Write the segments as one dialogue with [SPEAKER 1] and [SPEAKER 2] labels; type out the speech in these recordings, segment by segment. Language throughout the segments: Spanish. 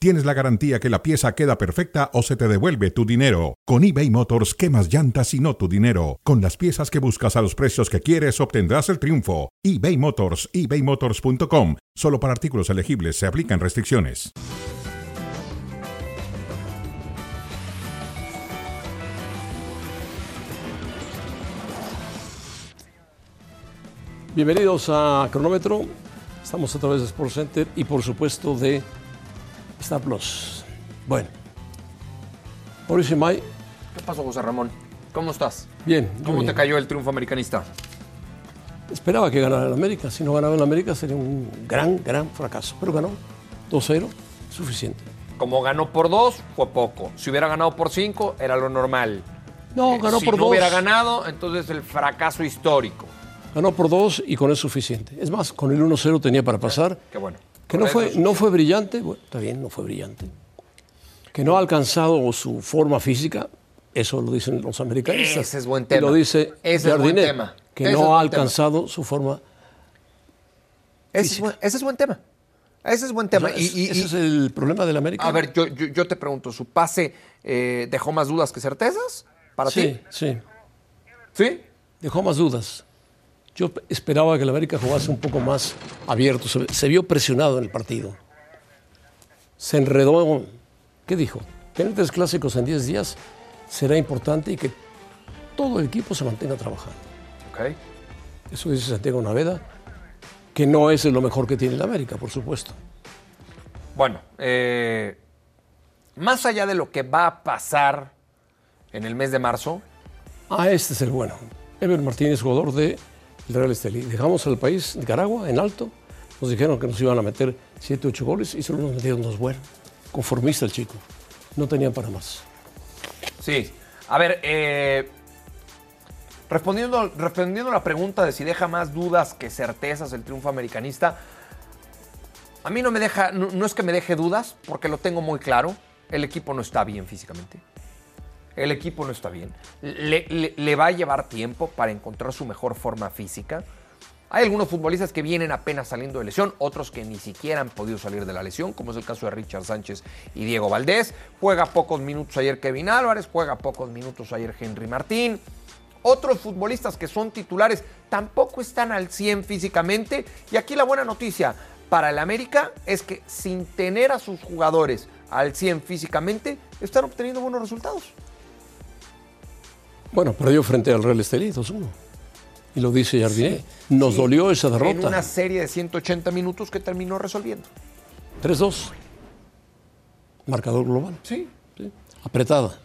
[SPEAKER 1] tienes la garantía que la pieza queda perfecta o se te devuelve tu dinero. Con eBay Motors, quemas llantas y no tu dinero. Con las piezas que buscas a los precios que quieres, obtendrás el triunfo. eBay Motors, ebaymotors.com. Solo para artículos elegibles se aplican restricciones.
[SPEAKER 2] Bienvenidos a Cronómetro. Estamos a través de Sports Center y por supuesto de Star Plus. Bueno, Mauricio May,
[SPEAKER 3] ¿Qué pasó, José Ramón? ¿Cómo estás?
[SPEAKER 2] bien. yo
[SPEAKER 3] ¿Cómo
[SPEAKER 2] bien.
[SPEAKER 3] te cayó el triunfo americanista?
[SPEAKER 2] Esperaba que ganara el América. Si no ganaba el América sería un gran, gran fracaso. Pero ganó 2-0, suficiente.
[SPEAKER 3] Como ganó por dos, fue poco. Si hubiera ganado por cinco, era lo normal.
[SPEAKER 2] No,
[SPEAKER 3] Eh,
[SPEAKER 2] ganó
[SPEAKER 3] si
[SPEAKER 2] por
[SPEAKER 3] no
[SPEAKER 2] dos.
[SPEAKER 3] hubiera ganado, entonces el fracaso histórico.
[SPEAKER 2] Ganó por dos y con eso suficiente. Es más, con el 1-0 tenía para pasar.
[SPEAKER 3] Qué bueno.
[SPEAKER 2] Que no
[SPEAKER 3] Por
[SPEAKER 2] fue,
[SPEAKER 3] eso-
[SPEAKER 2] no fue brillante, bueno, está bien, no fue brillante. Que no ha alcanzado su forma física, eso lo dicen los americanistas.
[SPEAKER 3] Ese es buen
[SPEAKER 2] Y
[SPEAKER 3] tema.
[SPEAKER 2] lo dice
[SPEAKER 3] Ese es buen
[SPEAKER 2] Jardinet,
[SPEAKER 3] tema.
[SPEAKER 2] que
[SPEAKER 3] Ese es
[SPEAKER 2] no ha
[SPEAKER 3] buen tema.
[SPEAKER 2] alcanzado su forma.
[SPEAKER 3] Ese es, buen, ese es buen tema. Ese es buen tema. Y-
[SPEAKER 2] Es-
[SPEAKER 3] y-
[SPEAKER 2] ese
[SPEAKER 3] y-
[SPEAKER 2] es el problema del América.
[SPEAKER 3] a ver, yo, yo- yo te pregunto, ¿su pase eh, dejó más dudas que certezas? ¿Para
[SPEAKER 2] sí,
[SPEAKER 3] ti?
[SPEAKER 2] sí.
[SPEAKER 3] ¿Sí?
[SPEAKER 2] Dejó más dudas. Yo esperaba que el América jugase un poco más abierto. Se, se vio presionado en el partido. Se enredó. ¿Qué dijo? Tener tres clásicos en 10 días será importante y que todo el equipo se mantenga trabajando.
[SPEAKER 3] Ok.
[SPEAKER 2] Eso dice Santiago Naveda, que no es lo mejor que tiene el América, por supuesto.
[SPEAKER 3] Bueno, eh, más allá de lo que va a pasar en el mes de marzo,
[SPEAKER 2] Ah, este es el bueno. Ever Martínez, jugador de el Real Estelí. Dejamos al país, Nicaragua, en alto. Nos dijeron que nos iban a meter 7, 8 goles y solo nos metieron dos. Bueno, conformista el chico. No tenían para más.
[SPEAKER 3] Sí. A ver, eh, respondiendo, respondiendo a la pregunta de si deja más dudas que certezas el triunfo americanista, a mí no me deja, no, no es que me deje dudas, porque lo tengo muy claro. El equipo no está bien físicamente. El equipo no está bien. Le, le- le va a llevar tiempo para encontrar su mejor forma física. Hay algunos futbolistas que vienen apenas saliendo de lesión, otros que ni siquiera han podido salir de la lesión, como es el caso de Richard Sánchez y Diego Valdés. Juega pocos minutos ayer Kevin Álvarez, juega pocos minutos ayer Henry Martín. Otros futbolistas que son titulares tampoco están al 100 físicamente. Y aquí la buena noticia para el América es que sin tener a sus jugadores al 100 físicamente, están obteniendo buenos resultados.
[SPEAKER 2] Bueno, perdió frente al Real Estelí 2-1. Y lo dice Jardiné. Nos dolió esa
[SPEAKER 3] En una
[SPEAKER 2] derrota.
[SPEAKER 3] serie de 180 minutos que terminó resolviendo.
[SPEAKER 2] 3-2. Marcador global.
[SPEAKER 3] Sí,
[SPEAKER 2] Apretada.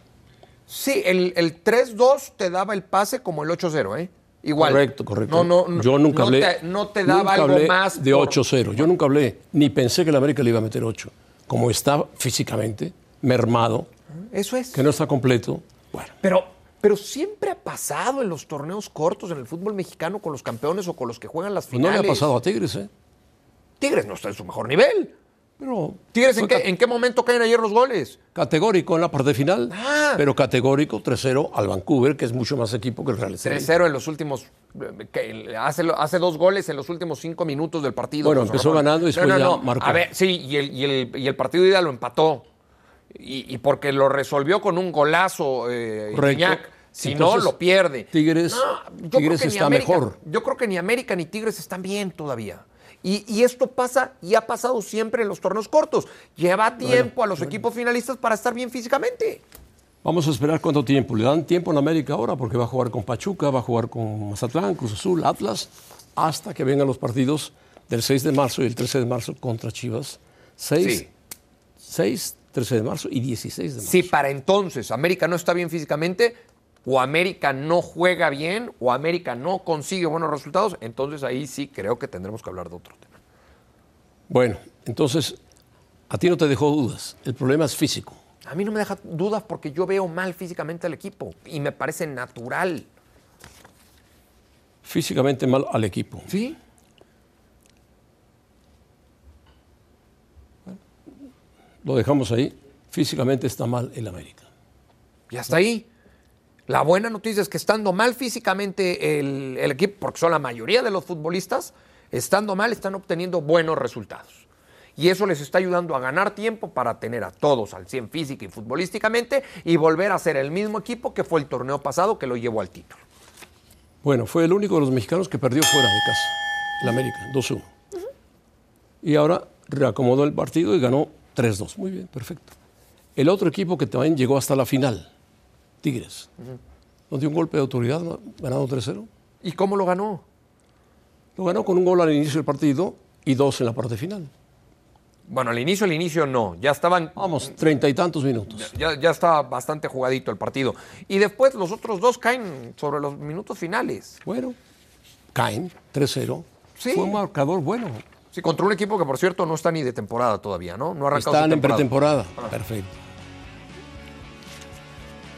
[SPEAKER 3] Sí, el, el 3-2 te daba el pase como el 8-0, ¿eh? Igual.
[SPEAKER 2] Correcto, correcto.
[SPEAKER 3] No, no, no,
[SPEAKER 2] Yo nunca
[SPEAKER 3] no
[SPEAKER 2] hablé.
[SPEAKER 3] Te, no te daba
[SPEAKER 2] nunca
[SPEAKER 3] algo
[SPEAKER 2] hablé
[SPEAKER 3] más.
[SPEAKER 2] De
[SPEAKER 3] por-
[SPEAKER 2] 8-0. Yo nunca hablé, ni pensé que el América le iba a meter 8. Como está físicamente, mermado,
[SPEAKER 3] Eso es.
[SPEAKER 2] que no está completo. Bueno,
[SPEAKER 3] Pero, pero siempre ha pasado en los torneos cortos, en el fútbol mexicano, con los campeones o con los que juegan las
[SPEAKER 2] pues no
[SPEAKER 3] finales.
[SPEAKER 2] le ha pasado a Tigres, ¿eh?
[SPEAKER 3] Tigres no está en su mejor nivel.
[SPEAKER 2] Pero
[SPEAKER 3] ¿Tigres en
[SPEAKER 2] fue
[SPEAKER 3] qué,
[SPEAKER 2] ca-
[SPEAKER 3] en qué momento caen ayer los goles?
[SPEAKER 2] Categórico en la parte final,
[SPEAKER 3] Ah.
[SPEAKER 2] pero categórico 3-0 al Vancouver, que es mucho más equipo que el Real Estelí.
[SPEAKER 3] 3-0 en los últimos. eh, que Hace, lo- hace dos goles en los últimos cinco minutos del partido.
[SPEAKER 2] Bueno,
[SPEAKER 3] José
[SPEAKER 2] empezó
[SPEAKER 3] Ramón.
[SPEAKER 2] ganando y
[SPEAKER 3] No,
[SPEAKER 2] después
[SPEAKER 3] no,
[SPEAKER 2] ya
[SPEAKER 3] no.
[SPEAKER 2] marcó.
[SPEAKER 3] A ver, sí, y el, y el- y el partido de ida lo empató. Y, y porque lo resolvió con un golazo, eh,
[SPEAKER 2] Correcto.
[SPEAKER 3] Iñak. Si
[SPEAKER 2] Entonces,
[SPEAKER 3] no, lo pierde.
[SPEAKER 2] Tigres-
[SPEAKER 3] yo creo
[SPEAKER 2] Tigres
[SPEAKER 3] que ni
[SPEAKER 2] está
[SPEAKER 3] América-
[SPEAKER 2] mejor.
[SPEAKER 3] Yo creo que ni América ni Tigres están bien todavía. Y, y esto pasa y ha pasado siempre en los torneos cortos. Lleva tiempo a los equipos finalistas para estar bien físicamente.
[SPEAKER 2] Vamos a esperar cuánto tiempo. Le dan tiempo en América ahora porque va a jugar con Pachuca, va a jugar con Mazatlán, Cruz Azul, Atlas, hasta que vengan los partidos del 6 de marzo y el 13 de marzo contra Chivas. 6,
[SPEAKER 3] Sí.
[SPEAKER 2] 6 13 de marzo y 16 de marzo.
[SPEAKER 3] Si para entonces América no está bien físicamente, o América no juega bien, o América no consigue buenos resultados, entonces ahí sí creo que tendremos que hablar de otro tema.
[SPEAKER 2] Bueno, entonces, a ti no te dejó dudas. El problema es físico.
[SPEAKER 3] A mí no me deja dudas porque yo veo mal físicamente al equipo y me parece natural.
[SPEAKER 2] Físicamente mal al equipo.
[SPEAKER 3] ¿Sí?
[SPEAKER 2] lo dejamos ahí. Físicamente está mal el América.
[SPEAKER 3] Y hasta ahí. La buena noticia es que estando mal físicamente el, el equipo, porque son la mayoría de los futbolistas, estando mal están obteniendo buenos resultados. Y eso les está ayudando a ganar tiempo para tener a todos al 100 física y futbolísticamente y volver a ser el mismo equipo que fue el torneo pasado que lo llevó al título.
[SPEAKER 2] Bueno, fue el único de los mexicanos que perdió fuera de casa, el América, 2-1. Y ahora reacomodó el partido y ganó 3-2. Muy bien, perfecto. El otro equipo que también llegó hasta la final, Tigres, donde un golpe de autoridad, ¿no? ganado 3-0.
[SPEAKER 3] ¿Y cómo lo ganó?
[SPEAKER 2] Lo ganó con un gol al inicio del partido y dos en la parte final.
[SPEAKER 3] Bueno, al inicio, al inicio no. Ya estaban.
[SPEAKER 2] Vamos, treinta y tantos minutos.
[SPEAKER 3] Ya, ya está bastante jugadito el partido. Y después los otros dos caen sobre los minutos finales.
[SPEAKER 2] Bueno, caen 3-0.
[SPEAKER 3] Sí.
[SPEAKER 2] Fue un marcador bueno.
[SPEAKER 3] Sí, contra un equipo que, por cierto, no está ni de temporada todavía, ¿no? No ha arrancado
[SPEAKER 2] Están
[SPEAKER 3] su
[SPEAKER 2] en pretemporada. Perfecto.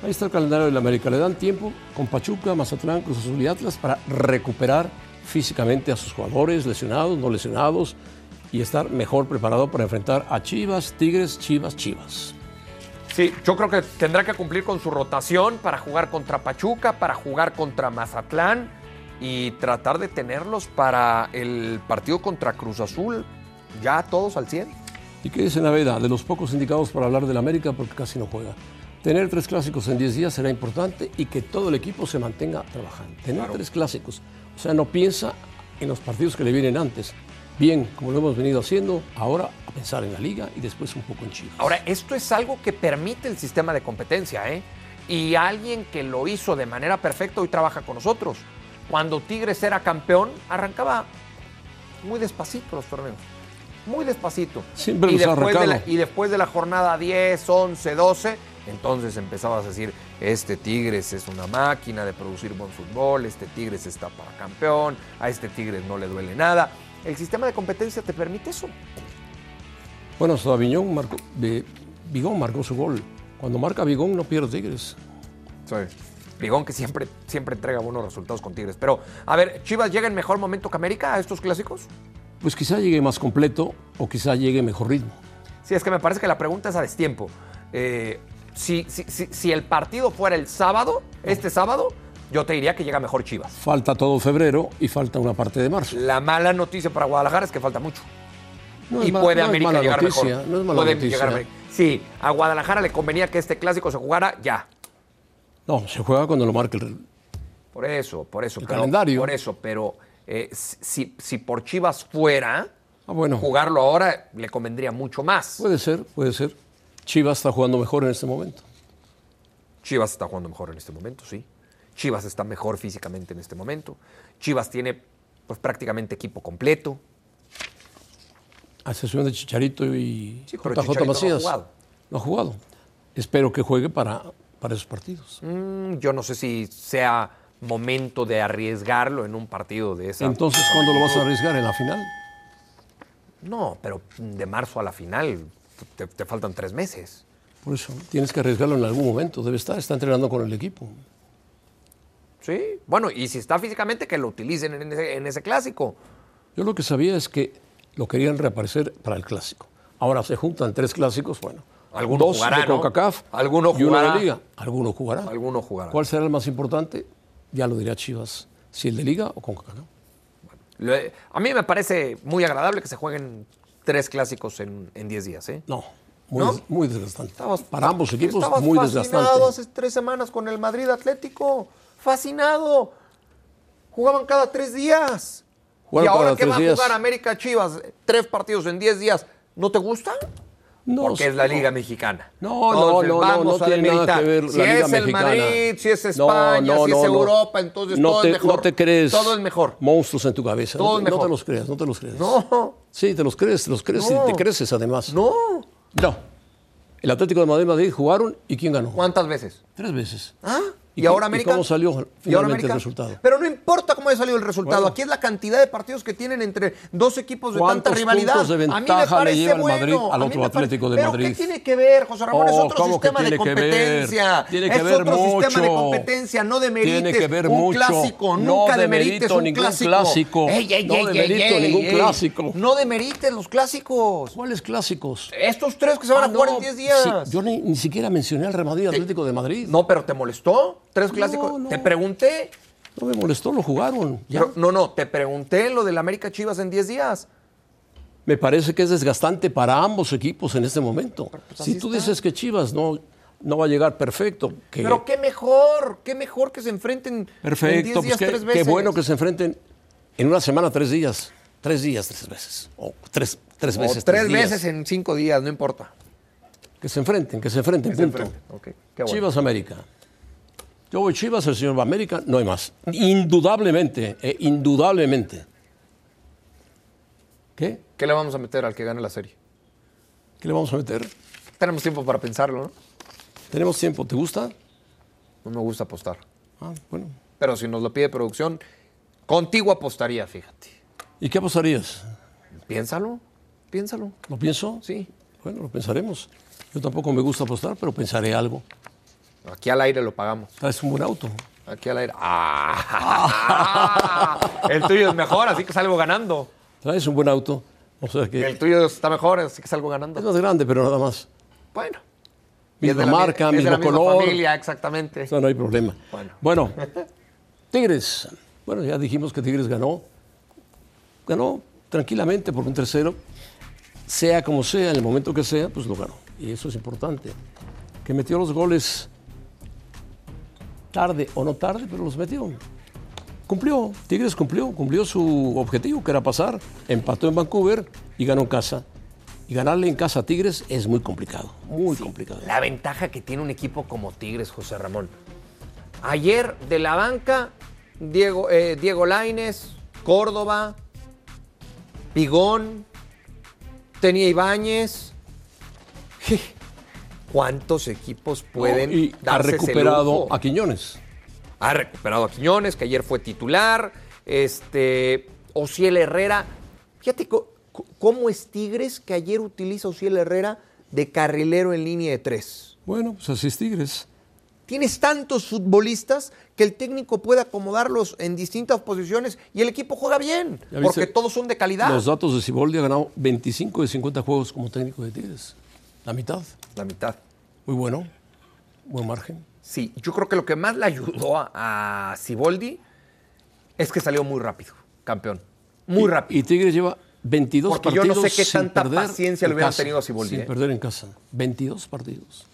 [SPEAKER 2] Ahí está el calendario del América. Le dan tiempo con Pachuca, Mazatlán, Cruz Azul y Atlas para recuperar físicamente a sus jugadores, lesionados, no lesionados, y estar mejor preparado para enfrentar a Chivas, Tigres, Chivas, Chivas.
[SPEAKER 3] Sí, yo creo que tendrá que cumplir con su rotación para jugar contra Pachuca, para jugar contra Mazatlán y tratar de tenerlos para el partido contra Cruz Azul ya todos al 100.
[SPEAKER 2] ¿Y qué dice Naveda? De los pocos indicados para hablar del América porque casi no juega. Tener tres clásicos en 10 días será importante y que todo el equipo se mantenga trabajando. Tener tres clásicos. O sea, no piensa en los partidos que le vienen antes. Bien, como lo hemos venido haciendo, ahora a pensar en la liga y después un poco en Chivas.
[SPEAKER 3] Ahora, esto es algo que permite el sistema de competencia, ¿eh? Y alguien que lo hizo de manera perfecta hoy trabaja con nosotros. Cuando Tigres era campeón, arrancaba muy despacito los torneos. Muy despacito.
[SPEAKER 2] Siempre
[SPEAKER 3] y
[SPEAKER 2] los ha
[SPEAKER 3] después, de la,
[SPEAKER 2] arrancado.
[SPEAKER 3] y después de la jornada 10, 11, 12, entonces empezabas a decir, este Tigres es una máquina de producir buen fútbol, este Tigres está para campeón, a este Tigres no le duele nada. El sistema de competencia te permite eso.
[SPEAKER 2] Bueno, hasta Viñón marcó, de- Vigón marcó su gol. Cuando marca Vigón no pierde Tigres.
[SPEAKER 3] Ligón que siempre, siempre entrega buenos resultados con Tigres. Pero, a ver, ¿Chivas llega en mejor momento que América a estos clásicos?
[SPEAKER 2] Pues quizá llegue más completo o quizá llegue mejor ritmo.
[SPEAKER 3] Sí, es que me parece que la pregunta es a destiempo. Eh, si, si- si- si el partido fuera el sábado, este sábado, yo te diría que llega mejor Chivas.
[SPEAKER 2] Falta todo febrero y falta una parte de marzo.
[SPEAKER 3] La mala noticia para Guadalajara es que falta mucho.
[SPEAKER 2] No
[SPEAKER 3] y
[SPEAKER 2] es ma-
[SPEAKER 3] puede
[SPEAKER 2] no es
[SPEAKER 3] América
[SPEAKER 2] mala
[SPEAKER 3] llegar
[SPEAKER 2] noticia,
[SPEAKER 3] mejor.
[SPEAKER 2] No es mala
[SPEAKER 3] Puede
[SPEAKER 2] noticia.
[SPEAKER 3] llegar América. Sí, a Guadalajara le convenía que este clásico se jugara ya.
[SPEAKER 2] No, se juega cuando lo marque el
[SPEAKER 3] Por eso, por eso.
[SPEAKER 2] El calendario.
[SPEAKER 3] Por eso, pero eh, si, si por Chivas fuera,
[SPEAKER 2] Ah, bueno.
[SPEAKER 3] jugarlo ahora le convendría mucho más.
[SPEAKER 2] Puede ser, puede ser. Chivas está jugando mejor en este momento.
[SPEAKER 3] Chivas está jugando mejor en este momento, sí. Chivas está mejor físicamente en este momento. Chivas tiene pues prácticamente equipo completo.
[SPEAKER 2] A excepción de Chicharito y
[SPEAKER 3] Sí, pero
[SPEAKER 2] JJ
[SPEAKER 3] Chicharito no ha
[SPEAKER 2] Macías.
[SPEAKER 3] jugado.
[SPEAKER 2] No ha jugado. Espero que juegue para, para esos partidos.
[SPEAKER 3] Mm, Yo no sé si sea momento de arriesgarlo en un partido de esa.
[SPEAKER 2] Entonces, ¿cuándo lo vas a arriesgar? ¿En la final?
[SPEAKER 3] No, pero de marzo a la final te, te faltan tres meses.
[SPEAKER 2] Por eso, tienes que arriesgarlo en algún momento. Debe estar, está entrenando con el equipo.
[SPEAKER 3] Sí. Bueno, y si está físicamente, que lo utilicen en ese, en ese clásico.
[SPEAKER 2] Yo lo que sabía es que lo querían reaparecer para el clásico. Ahora se juntan tres clásicos, bueno.
[SPEAKER 3] Alguno
[SPEAKER 2] dos
[SPEAKER 3] jugará,
[SPEAKER 2] de
[SPEAKER 3] ¿no?
[SPEAKER 2] CONCACAF
[SPEAKER 3] Alguno
[SPEAKER 2] y uno
[SPEAKER 3] jugará.
[SPEAKER 2] de Liga. Alguno jugará.
[SPEAKER 3] Alguno jugará.
[SPEAKER 2] ¿Cuál será el más importante? Ya lo dirá Chivas. Si el de Liga o CONCACAF.
[SPEAKER 3] Lo- A mí me parece muy agradable que se jueguen tres clásicos en en 10 días. ¿eh?
[SPEAKER 2] No, muy,
[SPEAKER 3] ¿No?
[SPEAKER 2] des- muy desgastante.
[SPEAKER 3] Estabas-
[SPEAKER 2] Para ambos equipos,
[SPEAKER 3] estabas
[SPEAKER 2] muy
[SPEAKER 3] fascinado
[SPEAKER 2] desgastante.
[SPEAKER 3] hace tres semanas con el Madrid Atlético. Fascinado. Jugaban cada tres días.
[SPEAKER 2] Jugaron
[SPEAKER 3] y ahora
[SPEAKER 2] cada
[SPEAKER 3] que
[SPEAKER 2] tres
[SPEAKER 3] va a
[SPEAKER 2] días.
[SPEAKER 3] jugar América Chivas, eh, tres partidos en 10 días, ¿no te gusta?
[SPEAKER 2] No,
[SPEAKER 3] Porque es la Liga Mexicana.
[SPEAKER 2] No, no,
[SPEAKER 3] Entonces,
[SPEAKER 2] no, no,
[SPEAKER 3] vamos
[SPEAKER 2] no
[SPEAKER 3] a
[SPEAKER 2] tiene nada
[SPEAKER 3] demeritar.
[SPEAKER 2] que ver la
[SPEAKER 3] Si
[SPEAKER 2] Liga
[SPEAKER 3] es el
[SPEAKER 2] Mexicana.
[SPEAKER 3] Madrid, si es
[SPEAKER 2] No,
[SPEAKER 3] España,
[SPEAKER 2] no,
[SPEAKER 3] si
[SPEAKER 2] no,
[SPEAKER 3] es
[SPEAKER 2] no.
[SPEAKER 3] Europa, entonces
[SPEAKER 2] No
[SPEAKER 3] todo
[SPEAKER 2] te,
[SPEAKER 3] es mejor.
[SPEAKER 2] No te crees.
[SPEAKER 3] Todo es mejor.
[SPEAKER 2] Monstruos en tu cabeza.
[SPEAKER 3] Todo
[SPEAKER 2] no,
[SPEAKER 3] es
[SPEAKER 2] te- no
[SPEAKER 3] mejor.
[SPEAKER 2] te los creas, no te los creas.
[SPEAKER 3] No,
[SPEAKER 2] Sí, te los crees, te los crees
[SPEAKER 3] No.
[SPEAKER 2] y te creces además.
[SPEAKER 3] no.
[SPEAKER 2] No. El Atlético de Madrid, Madrid jugaron y ¿quién ganó?
[SPEAKER 3] ¿Cuántas veces?
[SPEAKER 2] Tres veces.
[SPEAKER 3] ¿Ah? Y,
[SPEAKER 2] cómo-
[SPEAKER 3] ahora
[SPEAKER 2] y
[SPEAKER 3] América.
[SPEAKER 2] cómo salió
[SPEAKER 3] ¿Y ahora
[SPEAKER 2] finalmente el
[SPEAKER 3] América?
[SPEAKER 2] resultado?
[SPEAKER 3] Pero no importa cómo haya salido el resultado.
[SPEAKER 2] Bueno.
[SPEAKER 3] Aquí es la cantidad de partidos que tienen entre dos equipos de tanta
[SPEAKER 2] ¿Cuántos
[SPEAKER 3] rivalidad.
[SPEAKER 2] puntos de
[SPEAKER 3] a mí me
[SPEAKER 2] ventaja le
[SPEAKER 3] parece
[SPEAKER 2] lleva el
[SPEAKER 3] bueno.
[SPEAKER 2] Madrid al
[SPEAKER 3] a mí
[SPEAKER 2] otro
[SPEAKER 3] me parece-
[SPEAKER 2] Atlético de
[SPEAKER 3] ¿Pero ¿Qué
[SPEAKER 2] Madrid?
[SPEAKER 3] tiene que ver, José Ramón? es
[SPEAKER 2] Oh,
[SPEAKER 3] otro
[SPEAKER 2] ¿cómo que
[SPEAKER 3] sistema de
[SPEAKER 2] tiene que ver?
[SPEAKER 3] competencia.
[SPEAKER 2] Tiene que
[SPEAKER 3] es
[SPEAKER 2] ver
[SPEAKER 3] otro sistema de
[SPEAKER 2] mucho.
[SPEAKER 3] competencia. No demerites
[SPEAKER 2] Tiene que ver
[SPEAKER 3] un
[SPEAKER 2] mucho.
[SPEAKER 3] clásico.
[SPEAKER 2] No
[SPEAKER 3] Nunca
[SPEAKER 2] demerito
[SPEAKER 3] demerites un
[SPEAKER 2] ningún
[SPEAKER 3] clásico.
[SPEAKER 2] clásico.
[SPEAKER 3] Ey, ey,
[SPEAKER 2] No
[SPEAKER 3] ey,
[SPEAKER 2] demerito
[SPEAKER 3] ey, ey,
[SPEAKER 2] ningún
[SPEAKER 3] ey.
[SPEAKER 2] clásico.
[SPEAKER 3] No demerites los clásicos.
[SPEAKER 2] ¿Cuáles clásicos?
[SPEAKER 3] Estos Eh, tres que se van
[SPEAKER 2] Ah,
[SPEAKER 3] a jugar
[SPEAKER 2] no,
[SPEAKER 3] en 10 días.
[SPEAKER 2] sí, yo ni, ni siquiera mencioné al Real Madrid Atlético de Madrid. No,
[SPEAKER 3] No, pero ¿te molestó? ¿Tres
[SPEAKER 2] No,
[SPEAKER 3] clásicos?
[SPEAKER 2] no.
[SPEAKER 3] Te pregunté.
[SPEAKER 2] me molestó, lo jugaron. ya.
[SPEAKER 3] Pero- no, no, te pregunté lo del América Chivas en 10 días.
[SPEAKER 2] Me parece que es desgastante para ambos equipos en este momento.
[SPEAKER 3] pues así
[SPEAKER 2] si tú
[SPEAKER 3] está.
[SPEAKER 2] dices que Chivas no, no va a llegar perfecto, que
[SPEAKER 3] Pero qué mejor, qué mejor que se enfrenten en 10
[SPEAKER 2] perfecto,
[SPEAKER 3] días
[SPEAKER 2] pues qué-
[SPEAKER 3] tres
[SPEAKER 2] qué,
[SPEAKER 3] veces.
[SPEAKER 2] bueno que se enfrenten en una semana tres días, tres días tres veces o tres tres
[SPEAKER 3] O
[SPEAKER 2] veces
[SPEAKER 3] tres
[SPEAKER 2] días.
[SPEAKER 3] veces en cinco días, no importa.
[SPEAKER 2] que se enfrenten, que se enfrenten,
[SPEAKER 3] Que se
[SPEAKER 2] punto.
[SPEAKER 3] enfrenten, ok, qué bueno.
[SPEAKER 2] Chivas América. Yo voy Chivas, el señor va América, no hay más. Indudablemente, eh, indudablemente. ¿Qué?
[SPEAKER 3] ¿Qué le vamos a meter al que gane la serie?
[SPEAKER 2] ¿Qué le vamos a meter?
[SPEAKER 3] Tenemos tiempo para pensarlo, ¿no?
[SPEAKER 2] Tenemos tiempo, ¿te gusta?
[SPEAKER 3] No me gusta apostar.
[SPEAKER 2] Ah, bueno.
[SPEAKER 3] Pero si nos lo pide producción, contigo apostaría, fíjate.
[SPEAKER 2] ¿Y qué apostarías?
[SPEAKER 3] Piénsalo, piénsalo.
[SPEAKER 2] ¿Lo pienso?
[SPEAKER 3] Sí.
[SPEAKER 2] Bueno, lo pensaremos. Yo tampoco me gusta apostar, pero pensaré algo.
[SPEAKER 3] Aquí al aire lo pagamos.
[SPEAKER 2] Traes un buen auto.
[SPEAKER 3] Aquí al aire. ¡Ah! El tuyo es mejor, así que salgo ganando.
[SPEAKER 2] Traes un buen auto. O sea que
[SPEAKER 3] El tuyo está mejor, así que salgo
[SPEAKER 2] es
[SPEAKER 3] ganando.
[SPEAKER 2] más grande, pero nada más.
[SPEAKER 3] Bueno. Y es
[SPEAKER 2] Misma
[SPEAKER 3] de la mi-
[SPEAKER 2] marca,
[SPEAKER 3] es de
[SPEAKER 2] mismo
[SPEAKER 3] la misma
[SPEAKER 2] color.
[SPEAKER 3] familia, exactamente.
[SPEAKER 2] Eso no hay problema.
[SPEAKER 3] Bueno.
[SPEAKER 2] Bueno, Tigres. Bueno, ya dijimos que Tigres ganó. Ganó tranquilamente por un tercero. Sea como sea, en el momento que sea, pues lo ganó. Y eso es importante. Que metió los goles tarde o no tarde, pero los metió. Cumplió, Tigres cumplió, cumplió su objetivo, que era pasar. Empató en Vancouver y ganó en casa. Y ganarle en casa a Tigres es muy complicado, muy complicado.
[SPEAKER 3] La ventaja que tiene un equipo como Tigres, José Ramón. Ayer de la banca, Diego, eh, Diego Laines, Córdoba, Pigón, tenía Ibáñez. ¿Cuántos equipos pueden
[SPEAKER 2] y ha
[SPEAKER 3] darse ese
[SPEAKER 2] recuperado
[SPEAKER 3] lujo?
[SPEAKER 2] a Quiñones.
[SPEAKER 3] Ha recuperado a Quiñones, que ayer fue titular. Este, Ociel Herrera. Fíjate co- co- cómo es Tigres que ayer utiliza Ociel Herrera de carrilero en línea de tres.
[SPEAKER 2] Bueno, pues así es Tigres.
[SPEAKER 3] Tienes tantos futbolistas que el técnico puede acomodarlos en distintas posiciones y el equipo juega bien,
[SPEAKER 2] Ya viste,
[SPEAKER 3] porque todos son de calidad.
[SPEAKER 2] Los datos de Ciboldi ha ganado 25 de 50 juegos como técnico de Tigres. La mitad.
[SPEAKER 3] La mitad.
[SPEAKER 2] Muy bueno. Buen margen.
[SPEAKER 3] Sí, yo creo que lo que más le ayudó a Siboldi es que salió muy rápido, campeón. Muy
[SPEAKER 2] Y-
[SPEAKER 3] rápido.
[SPEAKER 2] Y Tigres lleva 22
[SPEAKER 3] Porque yo no
[SPEAKER 2] partidos.
[SPEAKER 3] sé qué
[SPEAKER 2] sin
[SPEAKER 3] tanta
[SPEAKER 2] perder
[SPEAKER 3] paciencia le
[SPEAKER 2] en
[SPEAKER 3] hubieran
[SPEAKER 2] casa,
[SPEAKER 3] tenido a Siboldi,
[SPEAKER 2] Sin
[SPEAKER 3] ¿eh?
[SPEAKER 2] perder en casa. 22 partidos.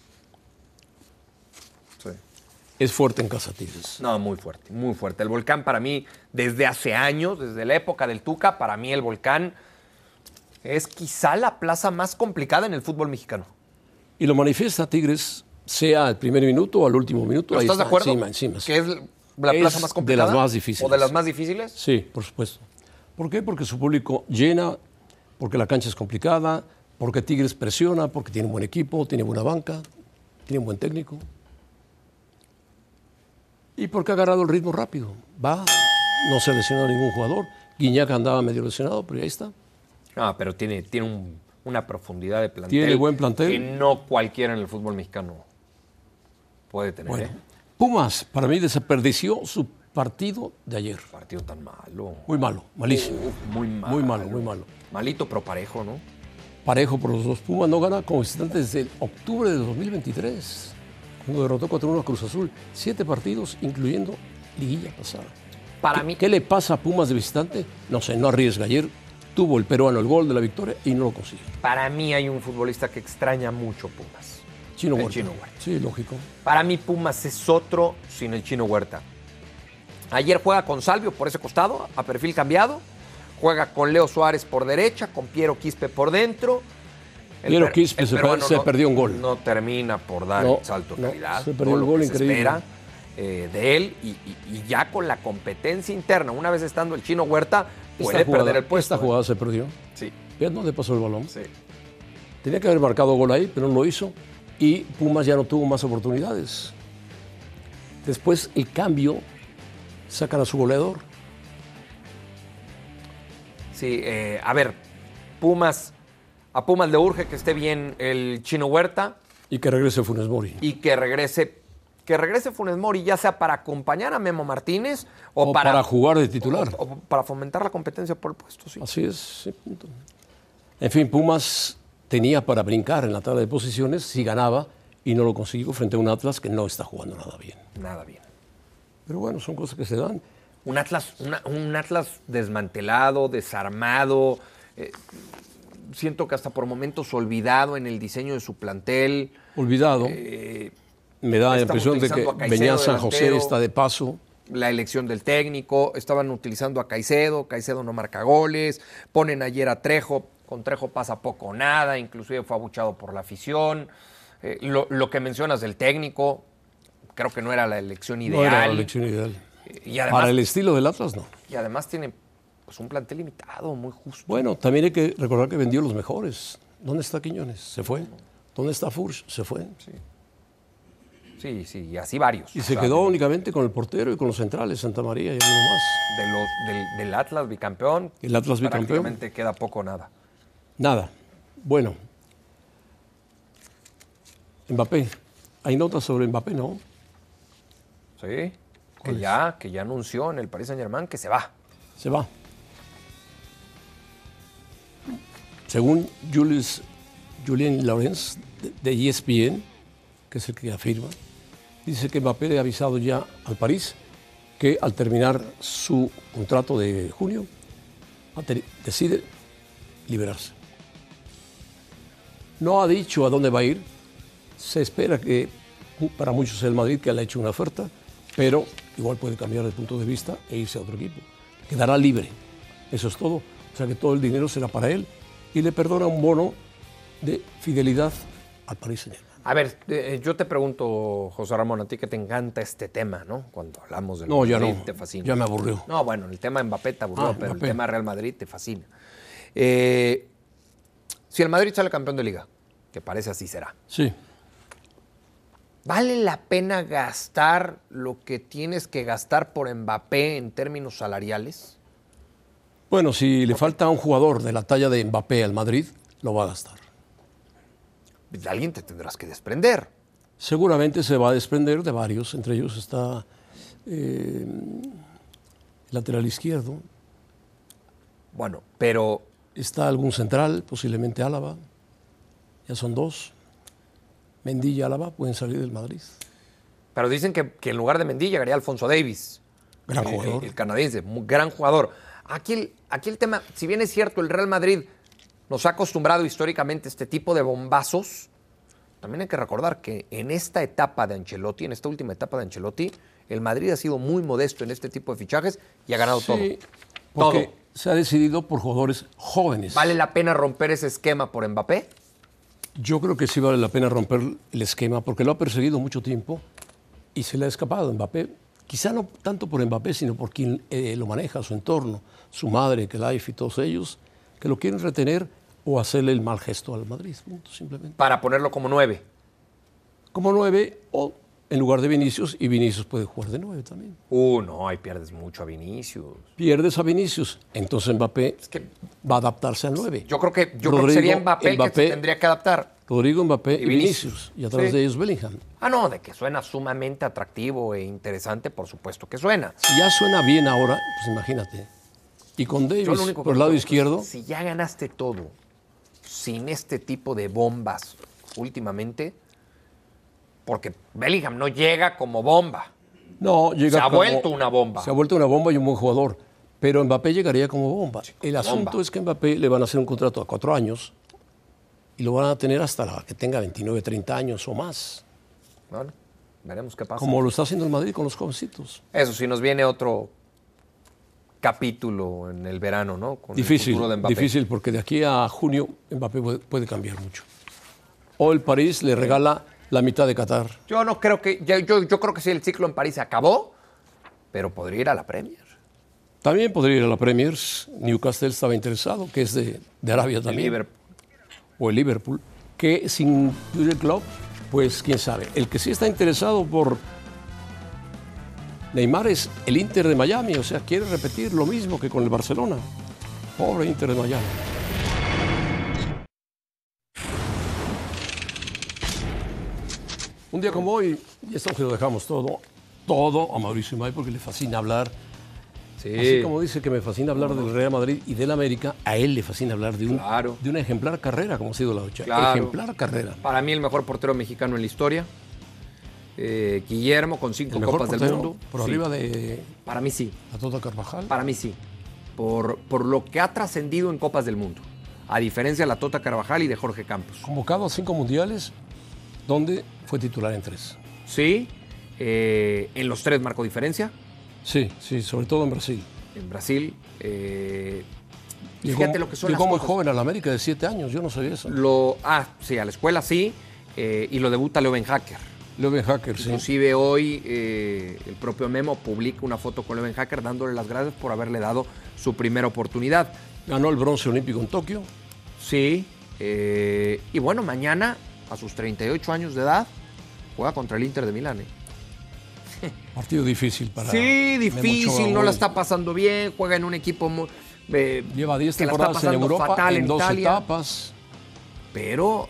[SPEAKER 3] Sí.
[SPEAKER 2] Es fuerte en casa Tigres.
[SPEAKER 3] No, muy fuerte, muy fuerte. El volcán para mí, desde hace años, desde la época del Tuca, para mí el volcán es quizá la plaza más complicada en el fútbol mexicano.
[SPEAKER 2] Y lo manifiesta Tigres, sea al primer minuto o al último minuto.
[SPEAKER 3] ¿Pero
[SPEAKER 2] ahí
[SPEAKER 3] ¿Estás de
[SPEAKER 2] está,
[SPEAKER 3] acuerdo?
[SPEAKER 2] Encima, encima.
[SPEAKER 3] Que es la
[SPEAKER 2] Es
[SPEAKER 3] plaza más complicada.
[SPEAKER 2] De las más difíciles.
[SPEAKER 3] O de las más difíciles.
[SPEAKER 2] Sí, por supuesto. ¿Por qué? Porque su público llena, porque la cancha es complicada, porque Tigres presiona, porque tiene un buen equipo, tiene buena banca, tiene un buen técnico. Y porque ha agarrado el ritmo rápido. Va, no se lesionó a ningún jugador. Guiñac andaba medio lesionado, pero ya está.
[SPEAKER 3] Ah, pero tiene, tiene un- una profundidad de plantel.
[SPEAKER 2] Tiene buen plantel.
[SPEAKER 3] Que no cualquiera en el fútbol mexicano puede tener.
[SPEAKER 2] Bueno,
[SPEAKER 3] ¿eh?
[SPEAKER 2] Pumas, para mí, desperdició su partido de ayer.
[SPEAKER 3] Partido tan malo.
[SPEAKER 2] Muy malo, malísimo.
[SPEAKER 3] Uf, muy malo.
[SPEAKER 2] Muy malo, muy malo.
[SPEAKER 3] Malito pero parejo, ¿no?
[SPEAKER 2] Parejo por los dos. Pumas no gana como visitante desde el octubre de 2023, cuando derrotó 4-1 a Cruz Azul. Siete partidos, incluyendo liguilla pasada.
[SPEAKER 3] Para mí,
[SPEAKER 2] ¿Qué le pasa a Pumas de visitante? No sé, no arriesga. Ayer tuvo el peruano el gol de la victoria y no lo consiguió.
[SPEAKER 3] para mí hay un futbolista que extraña mucho Pumas.
[SPEAKER 2] Chino
[SPEAKER 3] El
[SPEAKER 2] Huerta.
[SPEAKER 3] Chino Huerta.
[SPEAKER 2] Sí, lógico.
[SPEAKER 3] Para mí Pumas es otro sin el chino Huerta. Ayer juega con Salvio por ese costado, a perfil cambiado. Juega con Leo Suárez por derecha, con Piero Quispe por dentro.
[SPEAKER 2] Piero
[SPEAKER 3] per-
[SPEAKER 2] Quispe se per-
[SPEAKER 3] peruano
[SPEAKER 2] se perdió un gol.
[SPEAKER 3] No termina por dar
[SPEAKER 2] No,
[SPEAKER 3] el salto de
[SPEAKER 2] no,
[SPEAKER 3] calidad.
[SPEAKER 2] se perdió
[SPEAKER 3] todo
[SPEAKER 2] un
[SPEAKER 3] lo
[SPEAKER 2] gol
[SPEAKER 3] que
[SPEAKER 2] increíble.
[SPEAKER 3] Se espera, eh, de él y, y- y ya con la competencia interna. Una vez estando el chino Huerta, puede
[SPEAKER 2] Esta jugada-
[SPEAKER 3] perder el puesto.
[SPEAKER 2] Esta
[SPEAKER 3] ¿eh?
[SPEAKER 2] jugada se perdió.
[SPEAKER 3] Sí,
[SPEAKER 2] ¿Ves dónde pasó el balón?
[SPEAKER 3] sí.
[SPEAKER 2] Tenía que haber marcado gol ahí, pero no lo hizo. Y Pumas ya no tuvo más oportunidades. Después el cambio, sacan a su goleador.
[SPEAKER 3] Sí, eh, a ver, Pumas, a Pumas le urge que esté bien el Chino Huerta
[SPEAKER 2] Y que regrese Funes Mori.
[SPEAKER 3] y que regrese, que regrese Funes Mori, ya sea para acompañar a Memo Martínez o,
[SPEAKER 2] O para jugar de titular.
[SPEAKER 3] o- o para fomentar la competencia por el puesto, sí.
[SPEAKER 2] Así es. sí, punto. En fin, Pumas tenía para brincar en la tabla de posiciones si ganaba y no lo consiguió frente a un Atlas que no está jugando nada bien.
[SPEAKER 3] Nada bien.
[SPEAKER 2] Pero bueno, son cosas que se dan.
[SPEAKER 3] Un Atlas, una- un Atlas desmantelado, desarmado. eh, siento que hasta por momentos olvidado en el diseño de su plantel.
[SPEAKER 2] Olvidado. Me da la
[SPEAKER 3] Eh, estamos
[SPEAKER 2] impresión de que
[SPEAKER 3] utilizando a Caicedo,
[SPEAKER 2] Beñat San José
[SPEAKER 3] delantero.
[SPEAKER 2] está de paso.
[SPEAKER 3] la elección del técnico, estaban utilizando a Caicedo, Caicedo no marca goles, ponen ayer a Trejo, con Trejo pasa poco o nada, inclusive fue abuchado por la afición. Eh, lo, lo que mencionas del técnico, creo que no era la elección ideal.
[SPEAKER 2] No era la elección ideal.
[SPEAKER 3] Eh, Y además,
[SPEAKER 2] Para el estilo del Atlas, no.
[SPEAKER 3] y además tiene pues, un plantel limitado, muy justo.
[SPEAKER 2] Bueno, también hay que recordar que vendió los mejores. ¿Dónde está Quiñones? Se fue. ¿Dónde está Furch? Se fue.
[SPEAKER 3] Sí, sí, y así varios.
[SPEAKER 2] Y
[SPEAKER 3] O
[SPEAKER 2] se
[SPEAKER 3] sea,
[SPEAKER 2] quedó únicamente con el portero y con los centrales, Santa María y alguno más.
[SPEAKER 3] de los, del, del Atlas bicampeón.
[SPEAKER 2] El Atlas bicampeón.
[SPEAKER 3] Prácticamente queda poco o nada.
[SPEAKER 2] Nada. Bueno. Mbappé. Hay notas sobre Mbappé, ¿no?
[SPEAKER 3] Sí. Que ya, que ya anunció en el Paris Saint Germain que se va.
[SPEAKER 2] Se va. Según Julius, Julien Lorenz de, E de ESPN, que es el que afirma, dice que Mbappé le ha avisado ya al París que al terminar su contrato de junio va a tener- decide liberarse. No ha dicho a dónde va a ir. Se espera que mu- para muchos sea el Madrid que le ha hecho una oferta, pero igual puede cambiar de punto de vista e irse a otro equipo. Quedará libre. Eso es todo. O sea que todo el dinero será para él y le perdona un bono de fidelidad al Paris Saint Germain.
[SPEAKER 3] A ver, eh, yo te pregunto, José Ramón, a ti que te encanta este tema, ¿no? Cuando hablamos del
[SPEAKER 2] No, ya
[SPEAKER 3] Madrid,
[SPEAKER 2] no.
[SPEAKER 3] te fascina.
[SPEAKER 2] Ya me aburrió.
[SPEAKER 3] No, bueno, el tema Mbappé te aburrió,
[SPEAKER 2] Ah,
[SPEAKER 3] pero
[SPEAKER 2] Mbappé.
[SPEAKER 3] el tema Real Madrid te fascina. Eh, si el Madrid sale campeón de liga, que parece así será,
[SPEAKER 2] Sí.
[SPEAKER 3] ¿vale la pena gastar lo que tienes que gastar por Mbappé en términos salariales?
[SPEAKER 2] Bueno, si le falta un jugador de la talla de Mbappé al Madrid, lo va a gastar.
[SPEAKER 3] De Pues, alguien te tendrás que desprender.
[SPEAKER 2] Seguramente se va a desprender de varios, entre ellos está eh, el lateral izquierdo,
[SPEAKER 3] Bueno, pero
[SPEAKER 2] está algún central, posiblemente Álava, ya son dos. Mendy y Álava pueden salir del Madrid.
[SPEAKER 3] Pero dicen que, que en lugar de Mendy llegaría Alfonso Davis.
[SPEAKER 2] Gran
[SPEAKER 3] el,
[SPEAKER 2] jugador.
[SPEAKER 3] Eh, El, el canadiense, muy gran jugador. Aquí el, aquí el tema, si bien es cierto, el Real Madrid nos ha acostumbrado históricamente a este tipo de bombazos, también hay que recordar que en esta etapa de Ancelotti, en esta última etapa de Ancelotti, el Madrid ha sido muy modesto en este tipo de fichajes y ha ganado
[SPEAKER 2] Sí,
[SPEAKER 3] todo.
[SPEAKER 2] porque
[SPEAKER 3] Todo.
[SPEAKER 2] se ha decidido por jugadores jóvenes.
[SPEAKER 3] ¿Vale la pena romper ese esquema por Mbappé?
[SPEAKER 2] Yo creo que sí vale la pena romper el esquema porque lo ha perseguido mucho tiempo y se le ha escapado Mbappé. Quizá no tanto por Mbappé, sino por quien eh, lo maneja, su entorno, su madre, que y todos ellos, que lo quieren retener o hacerle el mal gesto al Madrid, punto, simplemente.
[SPEAKER 3] Para ponerlo como nueve.
[SPEAKER 2] Como nueve o en lugar de Vinicius, y Vinicius puede jugar de nueve también.
[SPEAKER 3] Uh, no, ahí pierdes mucho a Vinicius.
[SPEAKER 2] Pierdes a Vinicius, entonces Mbappé
[SPEAKER 3] que-
[SPEAKER 2] va a adaptarse al nueve.
[SPEAKER 3] Yo creo que, yo creo que sería
[SPEAKER 2] Rodrigo,
[SPEAKER 3] Mbappé, el que
[SPEAKER 2] Mbappé,
[SPEAKER 3] se tendría que adaptar.
[SPEAKER 2] Rodrigo Mbappé y
[SPEAKER 3] Y Vinicius.
[SPEAKER 2] Vinicius, y atrás
[SPEAKER 3] Sí.
[SPEAKER 2] de ellos Bellingham.
[SPEAKER 3] Ah, no, de que suena sumamente atractivo e interesante, por supuesto que suena.
[SPEAKER 2] Si ya suena bien ahora, pues imagínate. Y con
[SPEAKER 3] Yo
[SPEAKER 2] Davis
[SPEAKER 3] lo único que
[SPEAKER 2] por el
[SPEAKER 3] me
[SPEAKER 2] lado
[SPEAKER 3] pregunto es,
[SPEAKER 2] izquierdo,
[SPEAKER 3] Si ya ganaste todo sin este tipo de bombas últimamente, porque Bellingham no llega como bomba.
[SPEAKER 2] no, llega
[SPEAKER 3] Se ha
[SPEAKER 2] como-
[SPEAKER 3] vuelto una bomba.
[SPEAKER 2] Se ha vuelto una bomba y un buen jugador. Pero Mbappé llegaría como bomba. el asunto
[SPEAKER 3] bomba.
[SPEAKER 2] es que a Mbappé le van a hacer un contrato a cuatro años y lo van a tener hasta la- que tenga 29, 30 años o más.
[SPEAKER 3] Bueno, veremos qué pasa.
[SPEAKER 2] Como lo está haciendo el Madrid con los jovencitos.
[SPEAKER 3] Eso sí, nos viene otro capítulo en el verano, ¿no? Con el
[SPEAKER 2] Difícil,
[SPEAKER 3] futuro de Mbappé.
[SPEAKER 2] difícil, porque de aquí a junio Mbappé puede, puede cambiar mucho. O el París le regala la mitad de Qatar.
[SPEAKER 3] Yo no creo que. ya- Yo, yo creo que sí, el ciclo en París se acabó, pero podría ir a la Premier.
[SPEAKER 2] También podría ir a la Premier. Newcastle estaba interesado, que es de, de Arabia
[SPEAKER 3] El
[SPEAKER 2] también.
[SPEAKER 3] Liverpool.
[SPEAKER 2] O el Liverpool. Que sin el club, pues quién sabe. El que sí está interesado por Neymar es el Inter de Miami, o sea, quiere repetir lo mismo que con el Barcelona. Pobre Inter de Miami. Un día como hoy, y esto se lo dejamos todo, todo a Mauricio Imay porque le fascina hablar.
[SPEAKER 3] Sí.
[SPEAKER 2] Así como dice que me fascina hablar del Real Madrid y del América, a él le fascina hablar de, un,
[SPEAKER 3] Claro.
[SPEAKER 2] de una ejemplar carrera, como ha sido la lucha.
[SPEAKER 3] Claro.
[SPEAKER 2] Ejemplar carrera.
[SPEAKER 3] Para mí el mejor portero mexicano en la historia. Eh, Guillermo con cinco
[SPEAKER 2] El mejor
[SPEAKER 3] copas del
[SPEAKER 2] portero,
[SPEAKER 3] mundo.
[SPEAKER 2] por
[SPEAKER 3] Sí.
[SPEAKER 2] arriba de
[SPEAKER 3] Para mí sí.
[SPEAKER 2] Atota Carvajal.
[SPEAKER 3] Para mí sí. Por, por lo que ha trascendido en copas del mundo. A diferencia de la Tota Carvajal y de Jorge Campos.
[SPEAKER 2] Convocado a cinco mundiales, donde fue titular en tres.
[SPEAKER 3] Sí. eh, en los tres marcó diferencia.
[SPEAKER 2] Sí, sí, sobre todo en Brasil.
[SPEAKER 3] En Brasil. eh, y
[SPEAKER 2] Llegó-
[SPEAKER 3] fíjate lo que son las
[SPEAKER 2] Llegó muy
[SPEAKER 3] cosas.
[SPEAKER 2] joven a la América de siete años, yo no sabía eso.
[SPEAKER 3] Lo, ah, sí, a la escuela sí. eh, y lo debuta Leo Ben Hacker.
[SPEAKER 2] Leuven Hacker, sí.
[SPEAKER 3] Inclusive hoy eh, el propio Memo publica una foto con Leven Hacker dándole las gracias por haberle dado su primera oportunidad.
[SPEAKER 2] Ganó el bronce olímpico en Tokio.
[SPEAKER 3] Sí, eh, y bueno, mañana, a sus 38 años de edad, juega contra el Inter de Milán. ¿eh?
[SPEAKER 2] Partido difícil para.
[SPEAKER 3] Sí,
[SPEAKER 2] Memo
[SPEAKER 3] difícil,
[SPEAKER 2] Ochoa
[SPEAKER 3] no la
[SPEAKER 2] hoy.
[SPEAKER 3] está pasando bien, juega en un equipo mu- eh,
[SPEAKER 2] Lleva 10
[SPEAKER 3] que la está
[SPEAKER 2] temporadas en
[SPEAKER 3] pasando
[SPEAKER 2] Europa,
[SPEAKER 3] fatal
[SPEAKER 2] en
[SPEAKER 3] en
[SPEAKER 2] dos
[SPEAKER 3] Italia.
[SPEAKER 2] etapas.
[SPEAKER 3] pero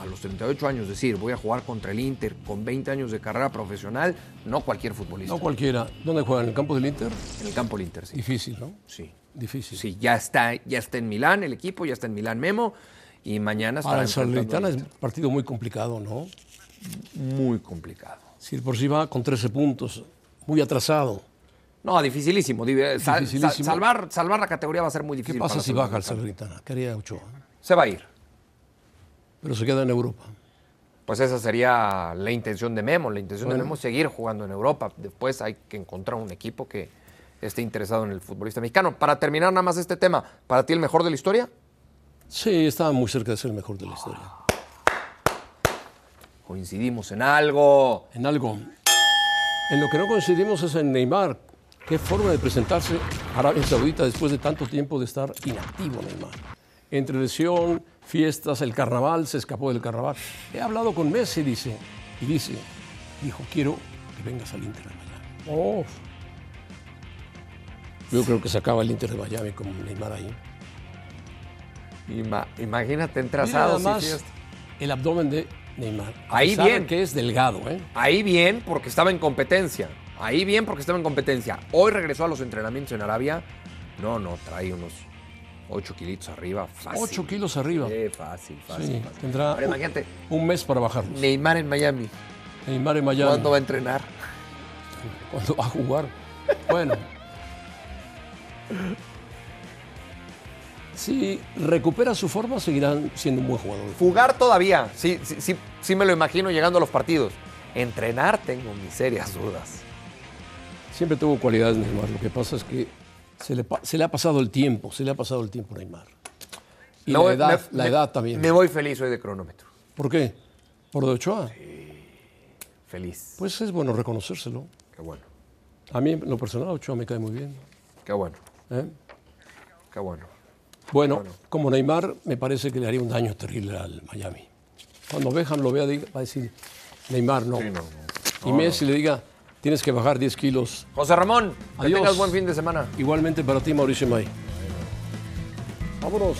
[SPEAKER 3] a los 38 años, es decir, voy a jugar contra el Inter con 20 años de carrera profesional, no cualquier futbolista.
[SPEAKER 2] No cualquiera. ¿Dónde juega? ¿En el campo del Inter?
[SPEAKER 3] en el campo del Inter, sí.
[SPEAKER 2] Difícil, ¿no?
[SPEAKER 3] sí.
[SPEAKER 2] Difícil.
[SPEAKER 3] Sí, ya está, ya está en Milán el equipo, ya está en Milán Memo. Y mañana
[SPEAKER 2] Para
[SPEAKER 3] estará
[SPEAKER 2] el Salernitana
[SPEAKER 3] enfrentando
[SPEAKER 2] es un partido muy complicado, ¿no?
[SPEAKER 3] muy complicado.
[SPEAKER 2] Si de por sí va con 13 puntos, muy atrasado.
[SPEAKER 3] No, dificilísimo. di- sal-
[SPEAKER 2] Dificilísimo.
[SPEAKER 3] sal- salvar, salvar la categoría va a ser muy
[SPEAKER 2] ¿Qué
[SPEAKER 3] difícil.
[SPEAKER 2] pasa
[SPEAKER 3] para
[SPEAKER 2] si
[SPEAKER 3] Santos.
[SPEAKER 2] baja el Salernitana? ¿Qué haría Ochoa?
[SPEAKER 3] Se va a ir.
[SPEAKER 2] Pero se queda en Europa.
[SPEAKER 3] Pues esa sería la intención de Memo. La intención de Memo es seguir jugando en Europa. Después hay que encontrar un equipo que esté interesado en el futbolista mexicano. Para terminar nada más este tema, ¿para ti el mejor de la historia?
[SPEAKER 2] Sí, estaba muy cerca de ser el mejor de la historia.
[SPEAKER 3] Coincidimos en algo.
[SPEAKER 2] En algo. En lo que no coincidimos es en Neymar. ¿Qué forma de presentarse Arabia Saudita después de tanto tiempo de estar inactivo Neymar? Entre lesión, fiestas, el carnaval, se escapó del carnaval. He hablado con Messi, dice. Y dice, dijo, quiero que vengas al Inter de Miami. Oh. Yo creo que se acaba el Inter de Miami con Neymar ahí.
[SPEAKER 3] Ima- imagínate
[SPEAKER 2] Mira nada
[SPEAKER 3] entrasados y
[SPEAKER 2] más
[SPEAKER 3] fiestas.
[SPEAKER 2] el abdomen de Neymar. A
[SPEAKER 3] Ahí
[SPEAKER 2] pesar de
[SPEAKER 3] bien.
[SPEAKER 2] que es delgado, ¿eh?
[SPEAKER 3] Ahí bien porque estaba en competencia. Ahí bien porque estaba en competencia. Hoy regresó a los entrenamientos en Arabia. No, no, trae unos 8 kilitos arriba. Fácil.
[SPEAKER 2] 8 kilos arriba.
[SPEAKER 3] Eh, fácil, fácil.
[SPEAKER 2] Sí,
[SPEAKER 3] fácil.
[SPEAKER 2] tendrá
[SPEAKER 3] Ahora imagínate,
[SPEAKER 2] un mes para bajarlos.
[SPEAKER 3] Neymar en Miami.
[SPEAKER 2] Neymar en Miami.
[SPEAKER 3] ¿Cuándo va a entrenar?
[SPEAKER 2] ¿Cuándo va a jugar? Bueno. Si recupera su forma, seguirán siendo un buen jugador.
[SPEAKER 3] Jugar todavía. Sí, sí, sí, sí me lo imagino llegando a los partidos. Entrenar tengo mis serias dudas.
[SPEAKER 2] Siempre tuvo cualidades Neymar. Lo que pasa es que se le, pa- se le ha pasado el tiempo, se le ha pasado el tiempo a Neymar. Y
[SPEAKER 3] Me
[SPEAKER 2] la
[SPEAKER 3] voy-
[SPEAKER 2] edad,
[SPEAKER 3] eh, me-
[SPEAKER 2] la
[SPEAKER 3] me-
[SPEAKER 2] edad también.
[SPEAKER 3] Me voy feliz hoy de cronómetro.
[SPEAKER 2] ¿Por qué? ¿Por de Ochoa?
[SPEAKER 3] Feliz.
[SPEAKER 2] Pues es bueno reconocérselo.
[SPEAKER 3] Qué bueno.
[SPEAKER 2] A mí, en lo personal, Ochoa me cae muy bien.
[SPEAKER 3] Qué bueno.
[SPEAKER 2] ¿eh?
[SPEAKER 3] Qué bueno.
[SPEAKER 2] Bueno, como Neymar, me parece que le haría un daño terrible al Miami. Cuando Beckham lo vea, diga- va a decir, Neymar no.
[SPEAKER 3] no,
[SPEAKER 2] y Messi le diga, tienes que bajar 10 kilos.
[SPEAKER 3] José Ramón, que
[SPEAKER 2] Adiós.
[SPEAKER 3] tengas buen fin de semana.
[SPEAKER 2] Igualmente para ti, Mauricio May. Vámonos.